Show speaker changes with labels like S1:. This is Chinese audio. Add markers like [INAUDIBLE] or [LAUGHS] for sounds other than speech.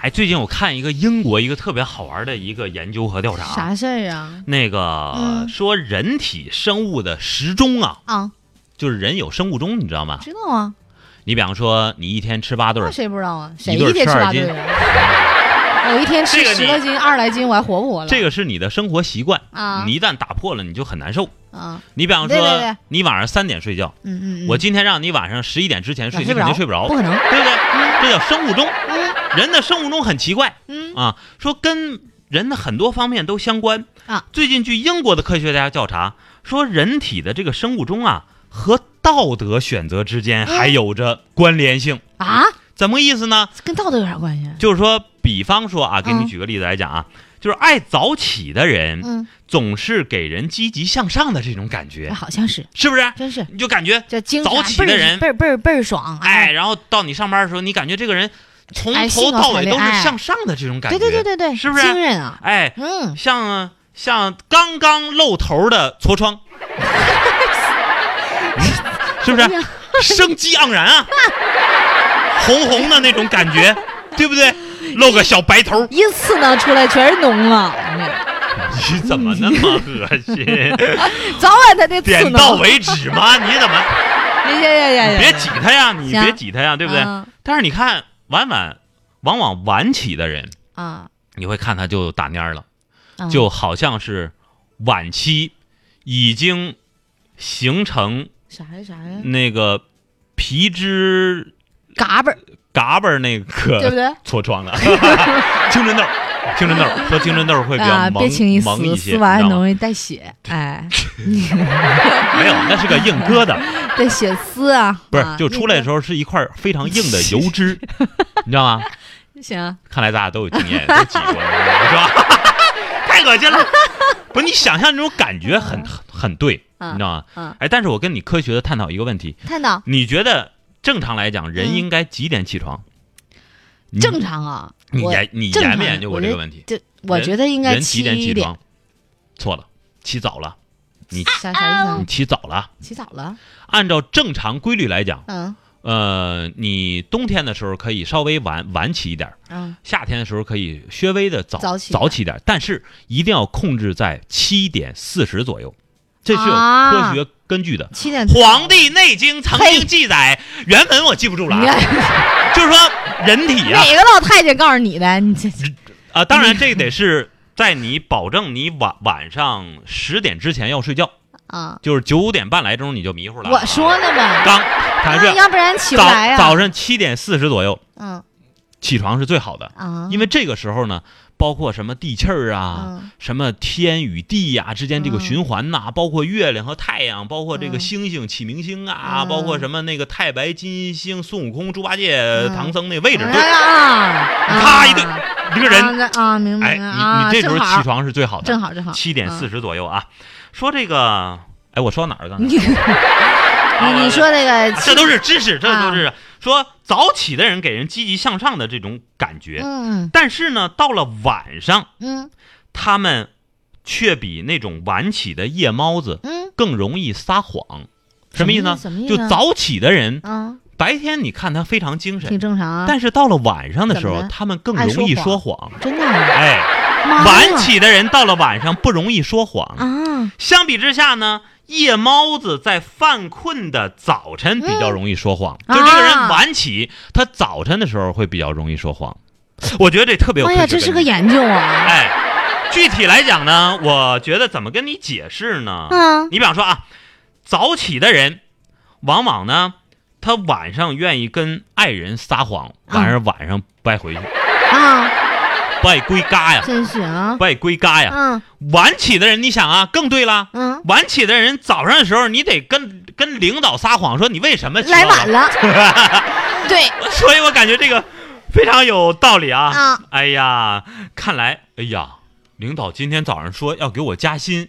S1: 哎，最近我看一个英国一个特别好玩的一个研究和调查啊，
S2: 啥事儿啊？
S1: 那个、
S2: 嗯
S1: 说人体生物的时钟啊，
S2: 啊，
S1: 就是人有生物钟，你知道吗？
S2: 知道啊，
S1: 你比方说，你一天吃八顿
S2: 那
S1: 儿，
S2: 谁不知道啊？谁
S1: 一对儿
S2: 一天
S1: 吃
S2: 吃
S1: 二
S2: 八
S1: 斤
S2: 顿啊？ [LAUGHS] 我一天吃
S1: 这个
S2: 十
S1: 你
S2: 来斤、二十来斤，我还活不活了？
S1: 这个是你的生活习惯，
S2: 啊，
S1: 你一旦打破了，你就很难受。
S2: 啊，
S1: 你比方
S2: 对对对
S1: 说，你晚上三点睡觉，
S2: 嗯嗯，嗯
S1: 我今天让你晚上十一点之前睡，
S2: 晚
S1: 你
S2: 睡不
S1: 肯定
S2: 着
S1: 睡不着，
S2: 不
S1: 对
S2: 可能，
S1: 不对？这叫生物钟。
S2: 嗯
S1: 人的生物钟很奇怪
S2: 嗯
S1: 啊，说跟人的很多方面都相关
S2: 啊。
S1: 最近据英国的科学家调查说，人体的这个生物钟啊和道德选择之间
S2: 嗯
S1: 还有着关联性。
S2: 啊，
S1: 怎么个意思呢？
S2: 跟道德有啥关系？啊
S1: 就是说，比方说啊，给你
S2: 嗯
S1: 举个例子来讲啊，就是爱早起的人
S2: 嗯，
S1: 总是给人积极向上的这种感
S2: 哎
S1: 觉，
S2: 好像是，
S1: 是不是？
S2: 真是
S1: 你就感觉
S2: 这精
S1: 早
S2: 神啊
S1: 起
S2: 倍
S1: 的
S2: 儿
S1: 人
S2: 倍儿倍儿倍儿爽，啊
S1: 哎，，然后到你上班的时候，你感觉这个人从
S2: 哎
S1: 头
S2: 兴高
S1: 到
S2: 采
S1: 尾
S2: 烈
S1: 都是
S2: 哎
S1: 向上的这种感
S2: 对
S1: 觉，
S2: 对对对对，
S1: 是不是
S2: 精神啊？
S1: 哎，
S2: 嗯，
S1: 像像刚刚露头的痤疮， [LAUGHS] 是不
S2: 哎
S1: 是
S2: 呀
S1: 生机盎然啊？红红的那种感觉，对不对？露个小白头，
S2: 一次呢出来全是脓啊，
S1: 你怎么那么恶心？
S2: 早晚他得刺
S1: 点到
S2: 脓。
S1: 为止嘛，你怎么
S2: 哎呀呀呀呀！
S1: 别挤他呀？你
S2: 行
S1: 别挤他呀，对不对？
S2: 嗯
S1: 但是你看，晚晚往往晚起的人，
S2: 啊，
S1: 你会看他就打蔫儿了，
S2: 啊
S1: 就好像是晚期已经形成
S2: 啥呀啥呀，
S1: 那个皮脂
S2: 嘎嘣儿，
S1: 嘎巴儿那
S2: 对不
S1: 个
S2: 对？
S1: 痤疮了， [LAUGHS] 青春痘儿，青春痘
S2: [LAUGHS]
S1: 儿说青春痘儿会比较
S2: 啊，
S1: 萌、
S2: 别轻易
S1: 萌
S2: 撕，
S1: 一些，
S2: 撕完
S1: 你
S2: 还
S1: 知道吗
S2: 容易
S1: [LAUGHS]
S2: 带血，哎，
S1: 没有，那是个硬疙瘩，
S2: [LAUGHS] 带血丝啊，
S1: [LAUGHS] 不
S2: 啊
S1: 是，就出来的时候是一块儿非常硬
S2: [LAUGHS]
S1: 的油脂，你知道吗？
S2: 那个行，
S1: 看来大家都有经验，都挤过，是吧？ [LAUGHS] 太恶心了，不是你想象那种感觉很很很对，你
S2: 嗯
S1: 知道吗？
S2: 嗯，
S1: 哎，但是我跟你科学的探讨一个问题，
S2: 看到
S1: 你觉得正常来讲，人
S2: 嗯
S1: 应该几点起床？你
S2: 正常啊，
S1: 你
S2: 我
S1: 研你
S2: 正
S1: 研没
S2: 常
S1: 研究过
S2: 我
S1: 这
S2: 觉
S1: 个
S2: 得
S1: 问题？
S2: 这我觉得应该
S1: 人几点起
S2: 七点，
S1: 床？错了，起早了，
S2: 啥啥意思啊
S1: 你？起早了。
S2: 起早了，
S1: 按照正常规律来讲，
S2: 嗯
S1: 呃，你冬天的时候可以稍微晚晚起一点儿，
S2: 嗯，
S1: 夏天的时候可以稍微的早
S2: 早起
S1: 早起一点儿，但是一定要控制在七点四十左右，这是有
S2: 啊
S1: 科学根据的。
S2: [LAUGHS] 七
S1: [LAUGHS]
S2: 点
S1: 《黄帝内经》曾经记载，原文我记不住了
S2: 你
S1: 啊，
S2: 看
S1: 就是说人体啊
S2: 哪，个老太监告诉你的？你这
S1: [LAUGHS] 啊，当然这得是在你保证你晚晚上十点之前要睡觉，
S2: 啊，
S1: 就是九点半来钟你就迷糊了啊。
S2: 我说呢嘛，
S1: 刚，坦
S2: 啊
S1: 率，
S2: 要不然起不
S1: 早
S2: 来啊呀。
S1: 早上七点四十左右
S2: 嗯
S1: 起床是最好的，
S2: 啊，
S1: 因
S2: 为
S1: 为这个时候呢，包括什么地气儿啊，什么天与地呀、之间这个
S2: 嗯
S1: 循环呐、包括月亮和太阳，包括这个
S2: 嗯
S1: 星星起明星啊，
S2: 嗯
S1: 包括什么那个太白金星、孙悟空、猪八戒、
S2: 嗯
S1: 唐僧那位置，对，
S2: 啊，
S1: 咔一顿一个人，
S2: 啊啊，明白
S1: 哎，
S2: 明白啊，
S1: 你你这时候
S2: 正好
S1: 起床是最好的，
S2: 正好正好，
S1: 七点四
S2: 十。
S1: 十左右啊。说这个，哎，我说到哪儿了？刚才
S2: [LAUGHS] 你你你说那个
S1: 啊
S2: 七，
S1: 这都是知识，这
S2: 啊
S1: 都是说早起的人给人积极向上的这种感觉，
S2: 嗯
S1: 但是呢，到了晚上，
S2: 嗯
S1: 他们却比那种晚起的夜猫子
S2: 嗯，
S1: 更容易撒谎。什么意思呢？
S2: 什么意思
S1: 就
S2: 呢？
S1: 早起的人，
S2: 嗯，
S1: 白天你看他非常精神
S2: 挺，正常啊。
S1: 但是到了晚上的时
S2: 怎么
S1: 候，
S2: 了
S1: 他们更
S2: 爱
S1: 容易
S2: 说
S1: 说谎。
S2: 真的啊，
S1: 哎，
S2: 妈呀
S1: 晚起的人到了晚上不容易说谎。
S2: 啊，
S1: 相比之下呢，夜猫子在犯困的早晨比较容易说谎，
S2: 嗯
S1: 就这个人
S2: 啊
S1: 晚起，他早晨的时候会比较容易说谎。我觉得这特别有
S2: 哎
S1: 科学根
S2: 呀，
S1: 据。
S2: 这是个研究啊。
S1: 哎，具体来讲呢，我觉得怎么跟你解释呢？
S2: 嗯
S1: 你比方说啊，早起的人，往往呢，他晚上愿意跟爱人撒谎，
S2: 嗯
S1: 晚上晚上不爱回去，
S2: 啊，
S1: 不爱归家呀，
S2: 真是啊。
S1: 不爱啊归家呀。
S2: 嗯
S1: 晚起的人，你想啊，更对啦。
S2: 嗯，
S1: 晚起的人，早上的时候你得跟跟领导撒谎，说你为什么起
S2: 来
S1: 到
S2: 晚了。
S1: [LAUGHS]
S2: 对
S1: 所以我感觉这个非常有道理啊。
S2: 啊，
S1: 哎呀，看来，哎呀，领导今天早上说要给我加薪，